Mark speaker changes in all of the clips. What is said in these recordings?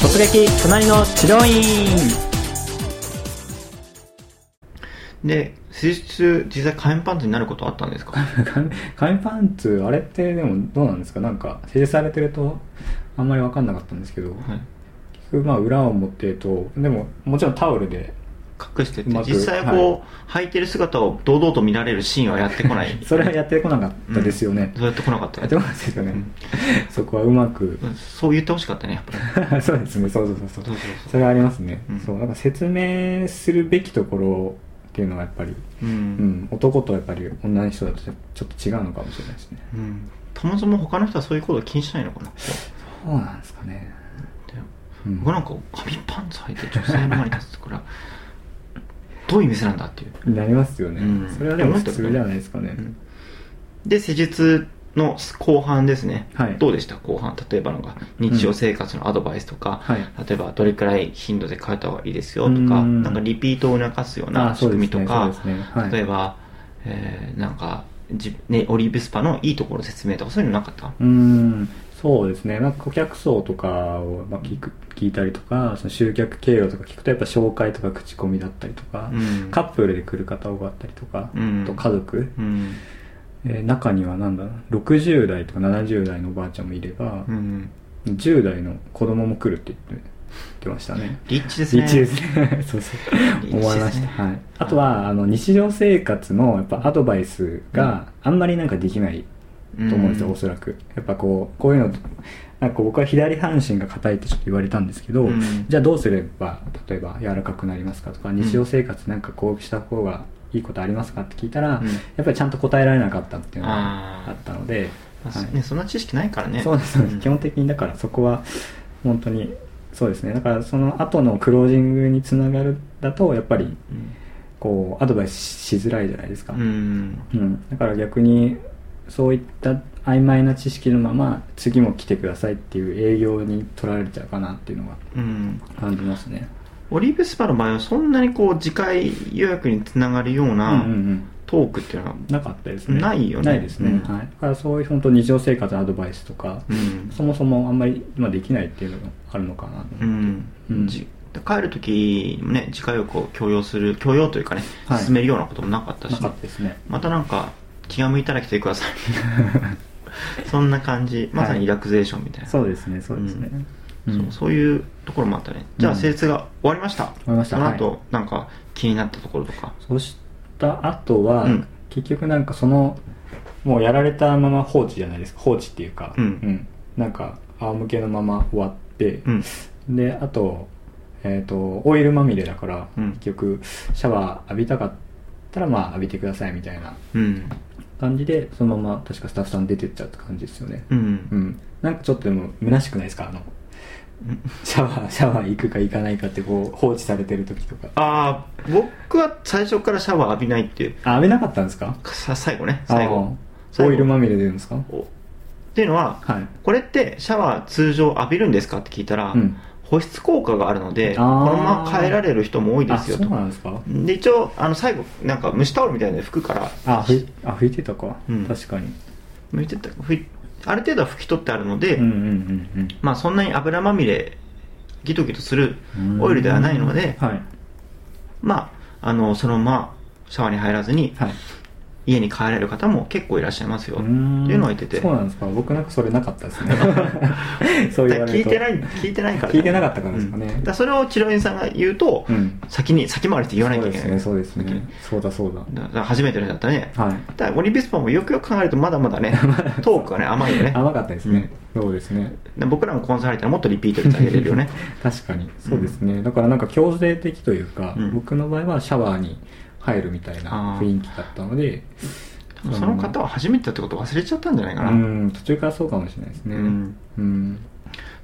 Speaker 1: 突撃隣の治療院
Speaker 2: で、施術中、実際紙パンツになることあったんですか
Speaker 3: 紙 紙パンツあれってでもどうなんですかなんか指示されてるとあんまり分かんなかったんですけど、
Speaker 2: はい
Speaker 3: 結局まあ裏を持ってるとでももちろんタオルで
Speaker 2: 隠してて、
Speaker 3: うまく。
Speaker 2: 実際はこう、履いてる姿を堂々と見られるシーンはやってこない
Speaker 3: それはやってこなかったですよね、
Speaker 2: そうやってこなかった
Speaker 3: や
Speaker 2: ね
Speaker 3: ってこなかったですよね、
Speaker 2: うん
Speaker 3: そこはうまく
Speaker 2: そう言ってほしかったね、やっぱり。
Speaker 3: そうですねそうそうそうそう
Speaker 2: そうそうそう
Speaker 3: それはありますね、
Speaker 2: うん
Speaker 3: そうなんか説明するべきところっていうのがやっぱり、
Speaker 2: う
Speaker 3: うん
Speaker 2: ん。
Speaker 3: 男とやっぱり女の人だとちょちょっと違うのかもしれないですね
Speaker 2: うん。そもそも他の人はそういうことを気にしないのかな。
Speaker 3: そうなんですかね、
Speaker 2: で
Speaker 3: うん
Speaker 2: 僕なんか紙パンツ履いて女性の前に立つから、どういう店なんだっていう。
Speaker 3: なりますよね、
Speaker 2: うん
Speaker 3: それはでも普通じゃないですかね、
Speaker 2: うんで、施術の後半ですね。
Speaker 3: はい
Speaker 2: どうでした後半。例えばなんか、日常生活のアドバイスとか、
Speaker 3: はい
Speaker 2: 例えばどれくらい頻度で変えた方がいいですよと
Speaker 3: う
Speaker 2: か、
Speaker 3: ん
Speaker 2: なんかリピートを促すよう
Speaker 3: あ
Speaker 2: な仕
Speaker 3: そうです
Speaker 2: 組み
Speaker 3: ね
Speaker 2: とか、
Speaker 3: そうですねはい
Speaker 2: 例えば、えーなんか、じね、オリーブスパのいいところ説明とかそういうのなかった
Speaker 3: うーんそうですね、まあ、顧客層とかを、まあ、聞く聞いたりとかその集客経路とか聞くとやっぱ紹介とか口コミだったりとか、
Speaker 2: うん
Speaker 3: カップルで来る方多かったりとか、
Speaker 2: うん
Speaker 3: あと家族、
Speaker 2: うん。
Speaker 3: えー中にはなんだ60代とか70代のおばあちゃんもいれば、
Speaker 2: うん。
Speaker 3: 10代の子供も来るって言って言ってましたね
Speaker 2: リッチですね。
Speaker 3: 一ですね そうそう
Speaker 2: リッチですね
Speaker 3: 思いました、はい、あとはあの日常生活のやっぱアドバイスがあんまりなんかできないと思うんですよ、
Speaker 2: うん
Speaker 3: おそらくやっぱこうこういうのなんか僕は左半身が硬いってちょっと言われたんですけど、
Speaker 2: うん
Speaker 3: じゃあどうすれば例えば柔らかくなりますかとか日常生活なんかこうした方がいいことありますかって聞いたら、
Speaker 2: うん
Speaker 3: やっぱりちゃんと答えられなかったっていうの
Speaker 2: あ
Speaker 3: があ
Speaker 2: ー
Speaker 3: ったので、
Speaker 2: まあ
Speaker 3: はい
Speaker 2: ね、そんな知識ないからね。
Speaker 3: そうです、ね
Speaker 2: ん
Speaker 3: 基本的にだからそこは本当にそうですねだからその後のクロージングにつながるだとやっぱりこうアドバイスしづらいじゃないですか、
Speaker 2: うん。
Speaker 3: うん、だから逆にそういった曖昧な知識のまま次も来てくださいっていう営業に取られちゃうかなっていうのが
Speaker 2: うん。
Speaker 3: 感じますね
Speaker 2: オリーブスパの場合はそんなにこう次回予約につながるよう
Speaker 3: うんう
Speaker 2: なん
Speaker 3: うん
Speaker 2: トークっていうのは、
Speaker 3: なかったですね
Speaker 2: ないよね
Speaker 3: ないですね、
Speaker 2: うん
Speaker 3: はい、だからそういう本当日常生活のアドバイスとか、
Speaker 2: うん
Speaker 3: そもそもあんまり今できないっていうのがあるのかなと、
Speaker 2: うん
Speaker 3: うん
Speaker 2: じ帰る時もね次回予約を強要する強要というかね、
Speaker 3: はい
Speaker 2: 進めるようなこともなかったし
Speaker 3: なかったですね
Speaker 2: またなんか気が向い たら来てくださいそんな感じまさにリラクゼーションみたい な、
Speaker 3: そうですねそうですね、
Speaker 2: そう
Speaker 3: うん
Speaker 2: そういうところもあったねじゃあ
Speaker 3: うん
Speaker 2: 施術が終わりました
Speaker 3: 終わりました
Speaker 2: その
Speaker 3: は
Speaker 2: 後なんか気になったところとか
Speaker 3: そうした後は、
Speaker 2: うん
Speaker 3: 結局なんかそのもうやられたまま放置じゃないですか放置っていうか、
Speaker 2: うん
Speaker 3: なんか仰向けのまま終わって
Speaker 2: う、ん
Speaker 3: であと,、えー、とオイルまみれだから、
Speaker 2: うん
Speaker 3: 結局シャワー浴びたかったらまあ浴びてくださいみたいな
Speaker 2: うん
Speaker 3: 感じでそのまま確かスタッフさん出てっちゃうって感じですよね
Speaker 2: うん、
Speaker 3: うん、なんかちょっとでも虚しくないですかあの
Speaker 2: うん
Speaker 3: シャワー シャワー行くか行かないかってこう放置されてる時とか
Speaker 2: ああ僕は最初からシャワー浴びないっていう
Speaker 3: あ浴びなかったんですか
Speaker 2: さ最後ね最後
Speaker 3: あー
Speaker 2: 最後
Speaker 3: オイルまみれでるんですか
Speaker 2: おっていうのは、
Speaker 3: はい
Speaker 2: これってシャワー通常浴びるんですかって聞いたら、
Speaker 3: うん
Speaker 2: 保湿効果があるので
Speaker 3: あ
Speaker 2: この
Speaker 3: ー
Speaker 2: まま変えられる人も多いで
Speaker 3: あ
Speaker 2: すよ
Speaker 3: そう
Speaker 2: と
Speaker 3: なんですか
Speaker 2: で一応あの最後なんか蒸しタオルみたいなので拭くから
Speaker 3: あふいあ拭いてたか、
Speaker 2: うん
Speaker 3: 確かに
Speaker 2: 拭いてた拭いある程度は拭き取ってあるので、
Speaker 3: うんうんうん
Speaker 2: まあ、そんなに油まみれギトギトする
Speaker 3: うん
Speaker 2: オイルではないので、
Speaker 3: はい
Speaker 2: まあ、あのそのままシャワーに入らずに
Speaker 3: はい
Speaker 2: 家に帰られる方も結構いらっしゃいますよ
Speaker 3: う
Speaker 2: ってい
Speaker 3: ん
Speaker 2: うのを言ってて
Speaker 3: そうなんですか僕なんかそれなかったです ね そう言われると
Speaker 2: 聞いてない聞いてないから
Speaker 3: 聞いてなかったからですかね
Speaker 2: うんだらそれを治療院さんが言うと、
Speaker 3: うん
Speaker 2: 先に先回りして言わなきゃいけない
Speaker 3: そうですねそうです
Speaker 2: 先
Speaker 3: ねそうだそうだ
Speaker 2: だから初めての人だったね、
Speaker 3: はい
Speaker 2: だからオリンピスパもよくよく考えるとまだまだね トークがね甘いよね
Speaker 3: 甘かったですね、そうですね
Speaker 2: で僕らもコンサル入ったらもっとリピート率上げれ るよね
Speaker 3: 確かにそうですね、だからなんか強制的というか、
Speaker 2: うん
Speaker 3: 僕の場合はシャワーに入るみたいな
Speaker 2: あー
Speaker 3: 雰囲気だったので
Speaker 2: 多分その方は初めてだってこと忘れちゃったんじゃないかな、
Speaker 3: うん途中からそうかもしれないですね
Speaker 2: うん
Speaker 3: うん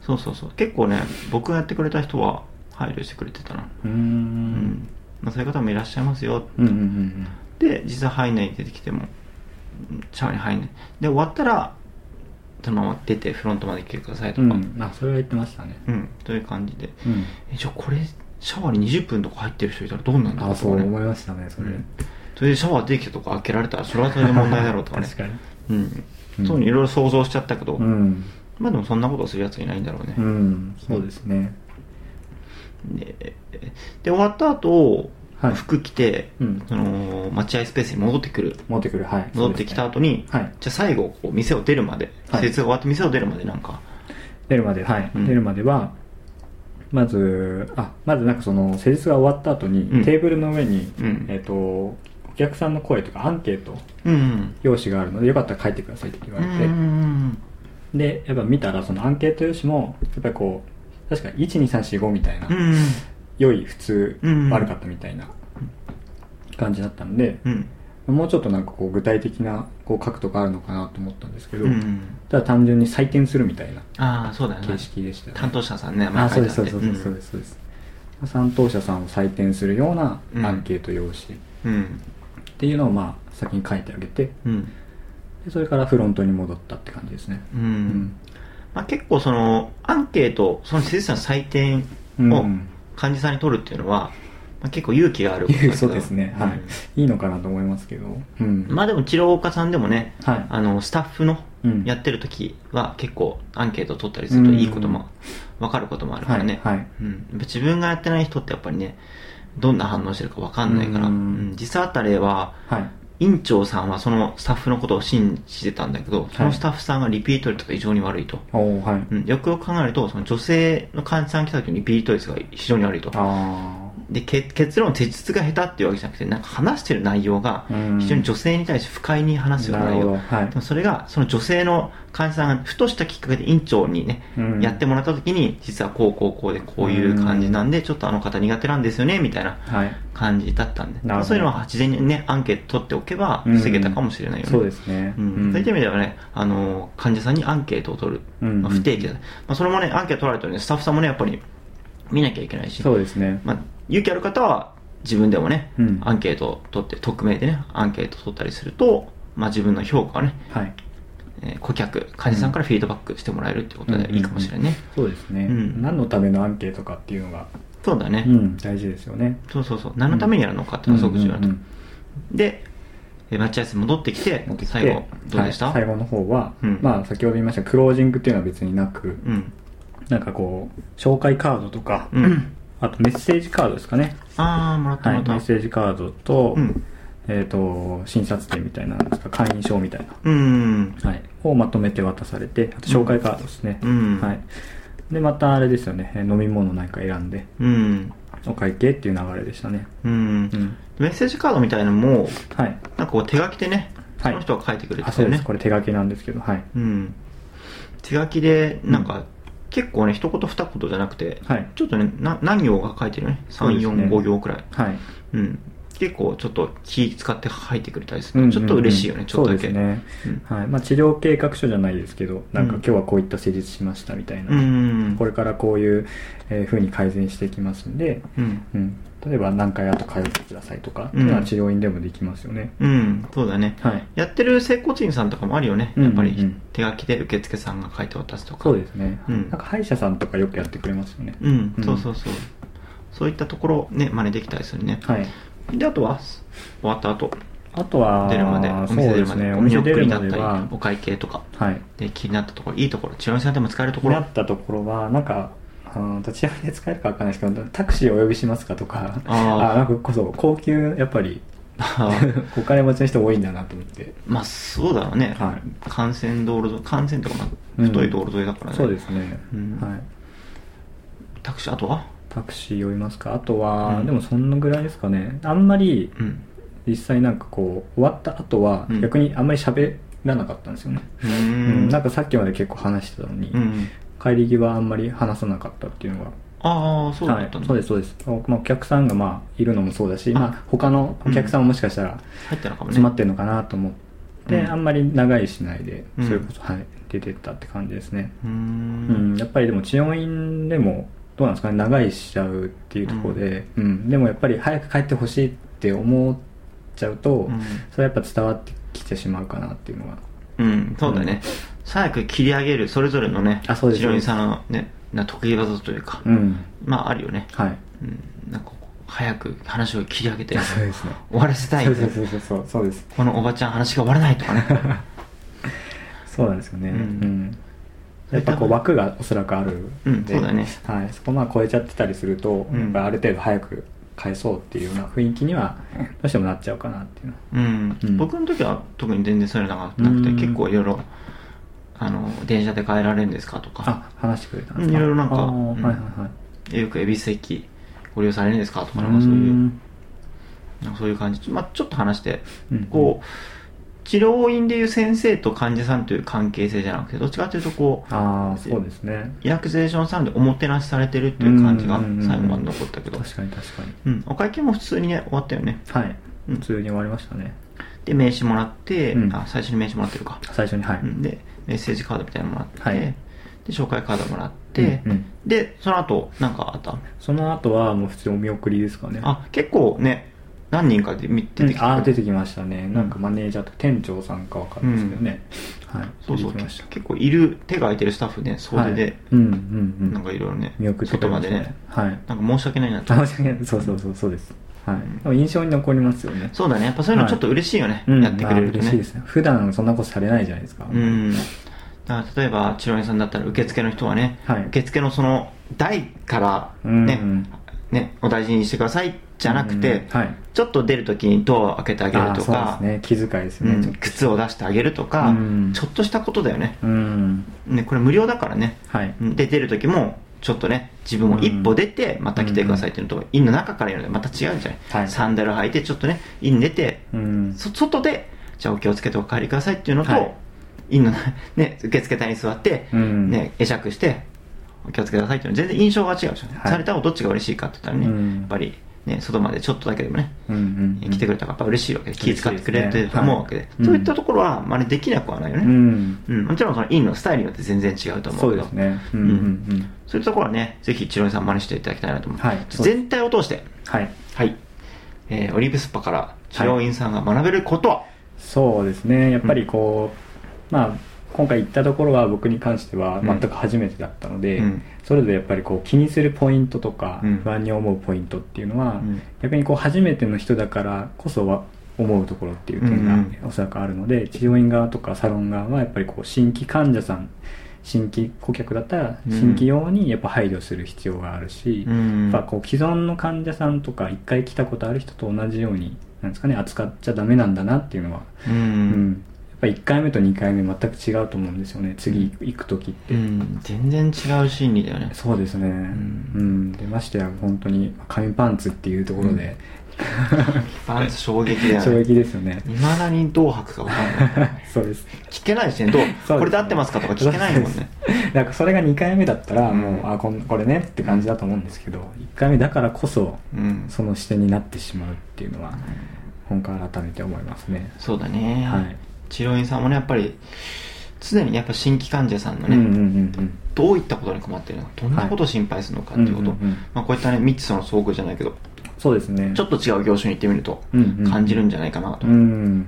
Speaker 2: そうそうそう結構ね僕がやってくれた人は配慮してくれてたな、
Speaker 3: う
Speaker 2: うん
Speaker 3: ん
Speaker 2: まあ、そういう方もいらっしゃいますよ
Speaker 3: うんうんうん
Speaker 2: で実際入んないで出てきてもうんシャワーに入んないで終わったらそのまま出てフロントまで来てくださいと
Speaker 3: う
Speaker 2: か、
Speaker 3: ん、うん、あそれは言ってましたね
Speaker 2: うん、という感じで、
Speaker 3: うん
Speaker 2: えじゃあこれシャワーに20分とか入ってる人いたらどうなんだろ
Speaker 3: あ
Speaker 2: うと
Speaker 3: そ
Speaker 2: か
Speaker 3: う
Speaker 2: ね
Speaker 3: 思いましたねそれ、
Speaker 2: うんそれでシャワーできたとか開けられたらそれはそれで問題だろうとか ね
Speaker 3: 確かに
Speaker 2: うん
Speaker 3: うん
Speaker 2: そういうのいろいろ想像しちゃったけど、
Speaker 3: うん
Speaker 2: まあでもそんなことをするやついないんだろうね、
Speaker 3: うんそうですね
Speaker 2: でで終わった後、
Speaker 3: はい
Speaker 2: 服着て、
Speaker 3: うん
Speaker 2: その待合スペースに戻ってくる
Speaker 3: 戻ってくるはい
Speaker 2: 戻ってきた
Speaker 3: そうで
Speaker 2: 後に、
Speaker 3: すねはい
Speaker 2: じゃあ最後こう店を出るまで、
Speaker 3: はい
Speaker 2: 施設が終わって店を出るまでなんか
Speaker 3: 出るまではい、
Speaker 2: うん
Speaker 3: 出るまではまずあまずなんかその施術が終わった後に、
Speaker 2: うん
Speaker 3: テーブルの上に、
Speaker 2: うん
Speaker 3: えっ、とお客さんの声とかアンケート
Speaker 2: うん
Speaker 3: 用紙があるのでよかったら書いてくださいって言わ
Speaker 2: うん
Speaker 3: れ
Speaker 2: う
Speaker 3: て、
Speaker 2: ん
Speaker 3: でやっぱ見たらそのアンケート用紙もやっぱりこう確か12345みたいな、
Speaker 2: うんうん
Speaker 3: 良い普通、
Speaker 2: うん
Speaker 3: 悪かったみたいな感じだったんで、
Speaker 2: うん
Speaker 3: もうちょっとなんかこう具体的なこう書くとかあるのかなと思ったんですけど、
Speaker 2: うん
Speaker 3: ただ単純に採点するみたいな
Speaker 2: ああそうだよね
Speaker 3: 形式でしたね、
Speaker 2: 担当者さんね
Speaker 3: あそう
Speaker 2: 前
Speaker 3: で
Speaker 2: 書
Speaker 3: すそうで
Speaker 2: いて
Speaker 3: す
Speaker 2: あ
Speaker 3: そ
Speaker 2: っ
Speaker 3: う
Speaker 2: て
Speaker 3: ですそうですそうです担当者さんを採点するようなアンケート用紙
Speaker 2: うん
Speaker 3: っていうのをまあ先に書いてあげて
Speaker 2: うん
Speaker 3: でそれからフロントに戻ったって感じですね
Speaker 2: うん、まあ、結構そのアンケートその施設の採点
Speaker 3: うん
Speaker 2: を患者さんに取るっていうのは、まあ、結構勇気があることだけ ど
Speaker 3: そうですねはい、いいのかなと思いますけどうん、
Speaker 2: うんまあでも治療家さんでもね
Speaker 3: はい
Speaker 2: あのスタッフの
Speaker 3: うん
Speaker 2: やってる時は結構アンケート取ったりするといいことも分かることもあるからね、
Speaker 3: はいはい
Speaker 2: うん、自分がやってない人ってやっぱりねどんな反応してるか分かんないから、
Speaker 3: うん
Speaker 2: うん実際あった例は
Speaker 3: はい
Speaker 2: 院長さんはそのスタッフのことを信じてたんだけどそのスタッフさんがリピート率が異常に悪いと、
Speaker 3: おおはい、
Speaker 2: うん、よくよく考えるとその女性の患者さんが来た時にリピート率が非常に悪いと
Speaker 3: あ
Speaker 2: でけ結論手術が下手っていうわけじゃなくてなんか話してる内容が
Speaker 3: うん
Speaker 2: 非常に女性に対して不快に話すような内容
Speaker 3: なるほどはい
Speaker 2: でもそれがその女性の患者さんがふとしたきっかけで院長にね、
Speaker 3: うん
Speaker 2: やってもらった時に実はこうこうこうでこういう感じなんでちょっとあの方苦手なんですよねみたいな
Speaker 3: あはい
Speaker 2: 感じだったんで、
Speaker 3: なるほど
Speaker 2: そういうのは事前にねアンケート取っておけば
Speaker 3: うん
Speaker 2: 防げたかもしれないよね、
Speaker 3: そうですね
Speaker 2: うん
Speaker 3: うん
Speaker 2: そういった意味ではね、あのー患者さんにアンケートを取る、
Speaker 3: うん
Speaker 2: まあ不定期だ、まあ、それもねアンケート取られたらねスタッフさんもねやっぱり見なきゃいけないし
Speaker 3: そうですね
Speaker 2: まあ、勇気ある方は自分でもね、
Speaker 3: うん
Speaker 2: アンケートを取って匿名でねアンケートを取ったりすると、まあ、自分の評価をね、
Speaker 3: はい
Speaker 2: えー顧客患者さんからフィードバックしてもらえるってことでいいかもしれないね、
Speaker 3: そうですね、
Speaker 2: うん
Speaker 3: 何のためのアンケートかっていうのが、
Speaker 2: そうだね、
Speaker 3: うん、大事ですよね
Speaker 2: そうそうそう何のためにやるのかっていうのがすごく重要だと、
Speaker 3: うんうん
Speaker 2: でえー待合室に戻ってきて
Speaker 3: 持ってきて
Speaker 2: 最後どうでした、
Speaker 3: はい最後の方は、
Speaker 2: うん
Speaker 3: まあ先ほど言いましたクロージングっていうのは別になく、
Speaker 2: うん
Speaker 3: なんかこう紹介カードとか、
Speaker 2: うん
Speaker 3: あとメッセージカードですかね、
Speaker 2: ああもらった
Speaker 3: はい、
Speaker 2: も
Speaker 3: メ
Speaker 2: らった、
Speaker 3: ッセージカードと,、
Speaker 2: うん
Speaker 3: えー、と診察券みたいなのですか会員証みたいな、
Speaker 2: うん
Speaker 3: はい、をまとめて渡されてあと紹介カードですね、
Speaker 2: うん
Speaker 3: はい、でまたあれですよねえー飲み物なんか選んで
Speaker 2: うん
Speaker 3: お会計っていう流れでしたね
Speaker 2: うん
Speaker 3: うん
Speaker 2: メッセージカードみたいなのも
Speaker 3: はい
Speaker 2: なんかこう手書きでね、
Speaker 3: はい
Speaker 2: その人が書いてくれ
Speaker 3: あ
Speaker 2: てた
Speaker 3: そう
Speaker 2: よ
Speaker 3: で
Speaker 2: ね
Speaker 3: すこれ手書きなんですけどはい
Speaker 2: うん、手書きでなんか、結構ね一言二言じゃなくて、
Speaker 3: はい
Speaker 2: ちょっとねな何行が書いてるね
Speaker 3: そうですね
Speaker 2: 345行くらい
Speaker 3: はい
Speaker 2: うん、結構ちょっと気使って書いてくれたりする、
Speaker 3: うんうんうん
Speaker 2: ちょっと嬉しいよねちょっとだけ
Speaker 3: そうですね、はいまあ、治療計画書じゃないですけどなんか今日はこういった施術しましたみたいな、
Speaker 2: うん
Speaker 3: これからこういうえー風に改善していきますんで、
Speaker 2: うん、
Speaker 3: うん、例えば何回あと通ってくださいとか、
Speaker 2: うん
Speaker 3: っていうのは治療院でもできますよね、
Speaker 2: うん、そうだね
Speaker 3: はい
Speaker 2: やってる整骨院さんとかもあるよねやっぱ
Speaker 3: うんうんう
Speaker 2: り
Speaker 3: ん
Speaker 2: 手書きで受付さんが書いて渡すとか
Speaker 3: そうですね、
Speaker 2: うん
Speaker 3: なんか歯医者さんとかよくやってくれますよね、
Speaker 2: うん、
Speaker 3: うん
Speaker 2: そうそうそうそういったところね真似できたりするね、
Speaker 3: はい
Speaker 2: であとは終わった後
Speaker 3: あとは
Speaker 2: 出るまでお
Speaker 3: そ
Speaker 2: 店
Speaker 3: う
Speaker 2: 出る
Speaker 3: で
Speaker 2: ますで
Speaker 3: ね
Speaker 2: お
Speaker 3: お
Speaker 2: 見
Speaker 3: 店
Speaker 2: 送
Speaker 3: 出
Speaker 2: り
Speaker 3: る
Speaker 2: だ
Speaker 3: ま
Speaker 2: っ
Speaker 3: で
Speaker 2: たり
Speaker 3: は
Speaker 2: お会計とか
Speaker 3: はい
Speaker 2: で気になったところいいところ千代美さんでも使えるところ
Speaker 3: なったところはなんかあの立ち上がりで使えるかわかんないですけどタクシーお呼びしますかとか
Speaker 2: あー
Speaker 3: あなんかこそ高級やっぱり お金持ちの人多いんだなと思って
Speaker 2: まあそうだろうね、
Speaker 3: は
Speaker 2: 幹線道路沿い幹線とかまあ
Speaker 3: うん
Speaker 2: 太い道路沿いだからね、
Speaker 3: そうですね、
Speaker 2: うん
Speaker 3: はい、
Speaker 2: タクシーあとは
Speaker 3: タクシー呼びますかあとは、
Speaker 2: うん
Speaker 3: でもそんなぐらいですかねあんまり
Speaker 2: うん
Speaker 3: 実際なんかこう終わった後は
Speaker 2: うん
Speaker 3: 逆にあんまり喋らなかったんですよね、
Speaker 2: う
Speaker 3: うん
Speaker 2: ん
Speaker 3: なんかさっきまで結構話してたのに、
Speaker 2: うん
Speaker 3: 帰り際あんまり話さなかったっていうのが
Speaker 2: ああそうだった
Speaker 3: はい、
Speaker 2: の、
Speaker 3: そうですそうですお,、まあ、お客さんがまあいるのもそうだしまあ、他のお客さんももしかしたら
Speaker 2: 入ったのかもね
Speaker 3: 詰まってるのかなと思って、
Speaker 2: うん
Speaker 3: あんまり長いしないで、
Speaker 2: うん
Speaker 3: それこそ、はい、出てったって感じですね、
Speaker 2: うー
Speaker 3: うん
Speaker 2: ん
Speaker 3: やっぱりでも治療院でもどうなんですかね長いしちゃうっていうところで、うんでもやっぱり早く帰ってほしいって思っちゃうと、
Speaker 2: うん
Speaker 3: それはやっぱ伝わってきてしまうかなっていうのが
Speaker 2: うんそうだね、早く切り上げるそれぞれのね
Speaker 3: あそうです
Speaker 2: 千代美さんのねな得意技というか、
Speaker 3: うん
Speaker 2: まああるよね、
Speaker 3: はい
Speaker 2: うん、なんかこう早く話を切り上げて
Speaker 3: そうですね
Speaker 2: 終わらせたい
Speaker 3: そうそうそうそうそうそうです
Speaker 2: このおばちゃん話が終わらないとかね
Speaker 3: そうなんですよね
Speaker 2: うん
Speaker 3: うん、やっぱこ
Speaker 2: 多
Speaker 3: う
Speaker 2: 分
Speaker 3: 枠がおそらくある
Speaker 2: うん
Speaker 3: んで、
Speaker 2: そうだね
Speaker 3: はい、そこまあ超えちゃってたりすると、
Speaker 2: うん
Speaker 3: やっぱある程度早く返そうっていうような雰囲気にはどうしてもなっちゃうかなっていうのは
Speaker 2: うん
Speaker 3: うん
Speaker 2: 僕の時は特に全然そういうのなくて
Speaker 3: うん
Speaker 2: 結構いろいろあの電車で帰られるんですかとか
Speaker 3: あ話してくれたんです
Speaker 2: うん
Speaker 3: か
Speaker 2: いろいろなんか
Speaker 3: あー
Speaker 2: うん
Speaker 3: はいはいはい
Speaker 2: よく恵比寿駅ご利用されるんですかとかなんかそういうなんかそういう感じ、まあ、ちょっと話して
Speaker 3: うん
Speaker 2: こう治療院でいう先生と患者さんという関係性じゃなくてどっちかというとこう
Speaker 3: ああそうですね
Speaker 2: リラクゼーションさんでおもてなしされてるっていう感じが
Speaker 3: うんうんうんうん
Speaker 2: 最後まで残ったけど、
Speaker 3: 確かに確かに
Speaker 2: うん、お会計も普通にね終わったよね
Speaker 3: はい、
Speaker 2: うん
Speaker 3: 普通に終わりましたね
Speaker 2: で名刺もらって、
Speaker 3: うん
Speaker 2: あ最初に名刺もらってるか、
Speaker 3: 最初にはい、
Speaker 2: うんでメッセージカードみたいなのもらって、
Speaker 3: はい
Speaker 2: で紹介カードもらって、
Speaker 3: うんうん
Speaker 2: でその後なんかあった
Speaker 3: その後はもう普通にお見送りですかね
Speaker 2: あ結構ね何人かで見
Speaker 3: 出て
Speaker 2: 出
Speaker 3: き
Speaker 2: て
Speaker 3: た
Speaker 2: きた
Speaker 3: あー出てきましたねなんかマネージャーと店長さんかわかんないですけどね、はい
Speaker 2: そうそ
Speaker 3: 出
Speaker 2: う
Speaker 3: てきました
Speaker 2: 結構いる手が空いてるスタッフね総出で、
Speaker 3: はいうんうんうん
Speaker 2: なんかいろいろね
Speaker 3: 見送ってく
Speaker 2: 外
Speaker 3: れ
Speaker 2: ま
Speaker 3: まし
Speaker 2: で
Speaker 3: た
Speaker 2: ね
Speaker 3: ねはい
Speaker 2: なんか申し訳ないなと
Speaker 3: 楽しみ そうそうそうそうですはい、でも印象に残りますよね
Speaker 2: そうだねやっぱそういうの
Speaker 3: はい
Speaker 2: ちょっと嬉しいよね、
Speaker 3: うん
Speaker 2: やってくれると
Speaker 3: あー嬉しいで
Speaker 2: ね
Speaker 3: すね普段そんなことされないじゃないですか、
Speaker 2: うんだから例えば千代院さんだったら受付の人はね、
Speaker 3: はい
Speaker 2: 受付のその台から
Speaker 3: うん
Speaker 2: ね,、ねお大事にしてくださいじゃなくて、
Speaker 3: うんはい
Speaker 2: ちょっと出るときにドアを開けてあげる
Speaker 3: あー
Speaker 2: と
Speaker 3: そう
Speaker 2: か
Speaker 3: ですね気遣いです
Speaker 2: う
Speaker 3: ね、
Speaker 2: ん
Speaker 3: ちょっと
Speaker 2: 靴を出してあげるとか、
Speaker 3: うん
Speaker 2: ちょっとしたことだよね
Speaker 3: うん
Speaker 2: ねこれ無料だからね、
Speaker 3: はい
Speaker 2: うんで出る時もちょっとね自分も一歩出てまた来てくださいっていうのと、院の中から言うのでまた違うじゃない、
Speaker 3: はい
Speaker 2: サンダル履いてちょっとね院出て、
Speaker 3: うん
Speaker 2: そ外でじゃあお気をつけてお帰りくださいっていうのと、
Speaker 3: はい
Speaker 2: 院の、 ね、受付台に座って、
Speaker 3: うん
Speaker 2: ね、会釈してお気をつけくださいっていうのは全然印象が違うじゃん、
Speaker 3: はい
Speaker 2: された方どっちが嬉しいかって言ったらね、
Speaker 3: うん
Speaker 2: やっぱり、ね、外までちょっとだけでもね
Speaker 3: うんうんうん
Speaker 2: 来てくれたらやっぱ嬉しいわけで気遣ってくれ
Speaker 3: 嬉しい
Speaker 2: て
Speaker 3: ですね
Speaker 2: ると思うわけで
Speaker 3: はい
Speaker 2: そういったところは真似できなくはないよね、
Speaker 3: うん
Speaker 2: うんもちろんその院のスタイルによって全然違うと思
Speaker 3: そうう
Speaker 2: けど
Speaker 3: ですねうんうんうん
Speaker 2: そういうところはねぜひ千代さん真似していただきたいなと思う、
Speaker 3: はいそうです
Speaker 2: 全体を通して
Speaker 3: はい
Speaker 2: はい、えーオリーブスパから治療院さんが学べることは、
Speaker 3: そうですねやっぱりこう、まあ今回行ったところは僕に関しては
Speaker 2: うん
Speaker 3: 全く初めてだったので、
Speaker 2: うん
Speaker 3: それぞれやっぱりこう気にするポイントとか、
Speaker 2: うん
Speaker 3: 不安に思うポイントっていうのは、
Speaker 2: うん
Speaker 3: 逆にこう初めての人だからこそは思うところっていう点
Speaker 2: う
Speaker 3: が
Speaker 2: ん
Speaker 3: おそらくあるので、治療院側とかサロン側はやっぱりこう新規患者さん新規顧客だったら
Speaker 2: うん
Speaker 3: 新規用にやっぱ配慮する必要があるし、
Speaker 2: うん
Speaker 3: やっぱこう既存の患者さんとか一回来たことある人と同じようになんですかね扱っちゃダメなんだなっていうのは
Speaker 2: うん
Speaker 3: うん、やっぱ1回目と2回目全く違うと思うんですよね次行く時って、
Speaker 2: うん全然違う心理だよね
Speaker 3: そうですねうんん、でましてや本当に紙パンツっていうところで、
Speaker 2: バンス衝 撃だよ
Speaker 3: 衝
Speaker 2: ね
Speaker 3: 撃ですよね
Speaker 2: いまだにどう履くか分かんない
Speaker 3: そうです
Speaker 2: 聞けないしねどう
Speaker 3: そうですね
Speaker 2: これで合ってますかとか聞けないもんね
Speaker 3: なんかそれが2回目だったら
Speaker 2: うん
Speaker 3: もう、あこんこれねって感じだと思うんですけど1回目だからこそ
Speaker 2: うん
Speaker 3: その視点になってしまうっていうのは本から改めて思いますね
Speaker 2: そうだね、
Speaker 3: はい
Speaker 2: 治療院さんもねやっぱり常にやっぱ新規患者さんのね、
Speaker 3: うんうんうん
Speaker 2: どういったことに困ってるのかどんなことを心配するのかっていうこと、
Speaker 3: はいうんうんうん
Speaker 2: まあ、こういったね未知その遭遇じゃないけど
Speaker 3: うんそうですね
Speaker 2: ちょっと違う業種に行ってみると
Speaker 3: うんうん
Speaker 2: 感じるんじゃないかなと、
Speaker 3: う
Speaker 2: うん
Speaker 3: ん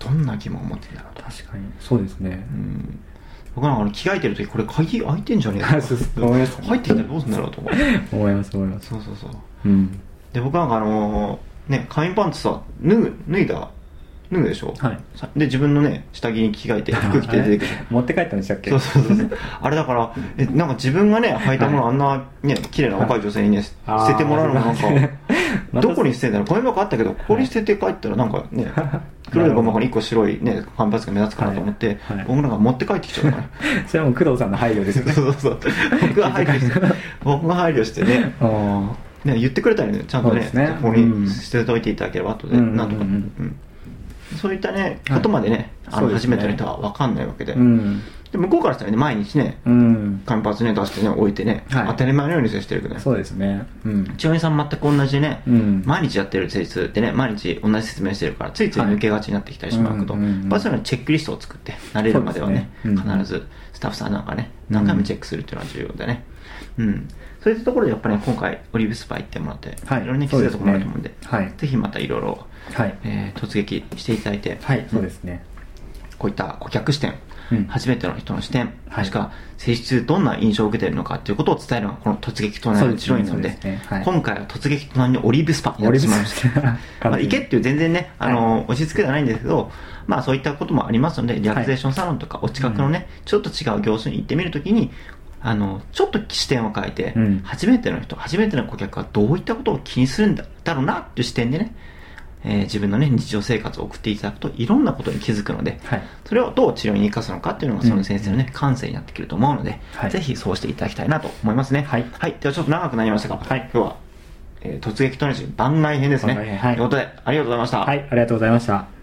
Speaker 2: どんな疑問を持ってるんだろうと、
Speaker 3: 確かにそうですね、
Speaker 2: うん、僕なんかあの着替えてる時これ鍵開いてんじゃねえか
Speaker 3: そうそう思います
Speaker 2: 入ってきたらどうすんだろうと 思って
Speaker 3: 思います思います
Speaker 2: そうそうそ
Speaker 3: う
Speaker 2: う
Speaker 3: ん
Speaker 2: で僕なんかあのーね紙パンツさ脱ぐ脱いだ脱ぐでしょ、
Speaker 3: はい
Speaker 2: さで自分のね下着に着替えて服着て出てく る
Speaker 3: 持って帰ったんでしたっけ
Speaker 2: そうそうそうそうあれだからえなんか自分がね履いたものをあんなね綺麗な若い女性にね捨
Speaker 3: あー
Speaker 2: ててもらうのもなんか
Speaker 3: また
Speaker 2: どこに捨てんだろうゴミ箱あったけどここに捨てて帰ったらなんかね黒いゴミ箱に1個白いね缶バスが目立つかなと思って
Speaker 3: はいはい
Speaker 2: 僕なんか持って帰ってきちゃうから
Speaker 3: それはもう工藤さんの配慮です
Speaker 2: そ
Speaker 3: よ
Speaker 2: う
Speaker 3: ね
Speaker 2: そうそう僕が配慮して僕が配慮して ね
Speaker 3: あ
Speaker 2: ね言ってくれたらねちゃんとね
Speaker 3: そうですね
Speaker 2: ここ
Speaker 3: う
Speaker 2: に
Speaker 3: ん
Speaker 2: 捨てといていただければ後で
Speaker 3: うんうんうん
Speaker 2: なんとか、うんそういったねことまでね、
Speaker 3: はい
Speaker 2: あの
Speaker 3: そうですね
Speaker 2: 初めての人は分かんないわけで,、
Speaker 3: あうん
Speaker 2: で向こうからしたらね毎日ね
Speaker 3: うん
Speaker 2: 間髪ね出してね置いてね、
Speaker 3: はい
Speaker 2: 当たり前のように接してるけどね
Speaker 3: そうですねうん
Speaker 2: 千代さん全く同じでね、
Speaker 3: うん
Speaker 2: 毎日やってる施術ってね毎日同じ説明してるからついつい抜けがちになってきたりしまうけど、
Speaker 3: はいうんうんうん
Speaker 2: やっぱそういうのチェックリストを作って慣れるまではね
Speaker 3: そうですねうん
Speaker 2: 必ずスタッフさんなんかね何回もチェックするっていうのは重要でねうんそういったところでやっぱり、ね、今回オリーブスパ行ってもらって、
Speaker 3: はい
Speaker 2: ろいろね気づいたところもあると思うん
Speaker 3: そ
Speaker 2: で
Speaker 3: うですねはい
Speaker 2: ぜひまたいろいろ、
Speaker 3: はい
Speaker 2: えー突撃していただいて、
Speaker 3: はいそうですね
Speaker 2: こういった顧客視点
Speaker 3: うん
Speaker 2: 初めての人の視点、
Speaker 3: はい
Speaker 2: もしくは性質どんな印象を受けているのかということを伝えるのがこの突撃隣の治療院なので
Speaker 3: そうですねそうですねはい
Speaker 2: 今回は突撃隣のオリーブスパになってしまいまし
Speaker 3: オリーブスパ
Speaker 2: たまあ行けっていう全然ねあの、押し付けではないんですけど、まあ、そういったこともありますのでリラクゼーションサロンとかお近くのね、ちょっと違う業種に行ってみるときにあのちょっと視点を変えて、
Speaker 3: うん
Speaker 2: 初めての人初めての顧客はどういったことを気にするんだだろうなっていう視点でね、えー自分のね日常生活を送っていただくといろんなことに気づくので、
Speaker 3: はい
Speaker 2: それをどう治療に生かすのかっていうのがその先生のね、感性になってくると思うので、
Speaker 3: はい
Speaker 2: ぜひそうしていただきたいなと思いますね
Speaker 3: はい
Speaker 2: ではちょっと長くなりましたが、
Speaker 3: はい
Speaker 2: 今日は、えー突撃トレーニング番外編ですね
Speaker 3: 番外編はい
Speaker 2: ということでありがとうございました、
Speaker 3: はい、ありがとうございました。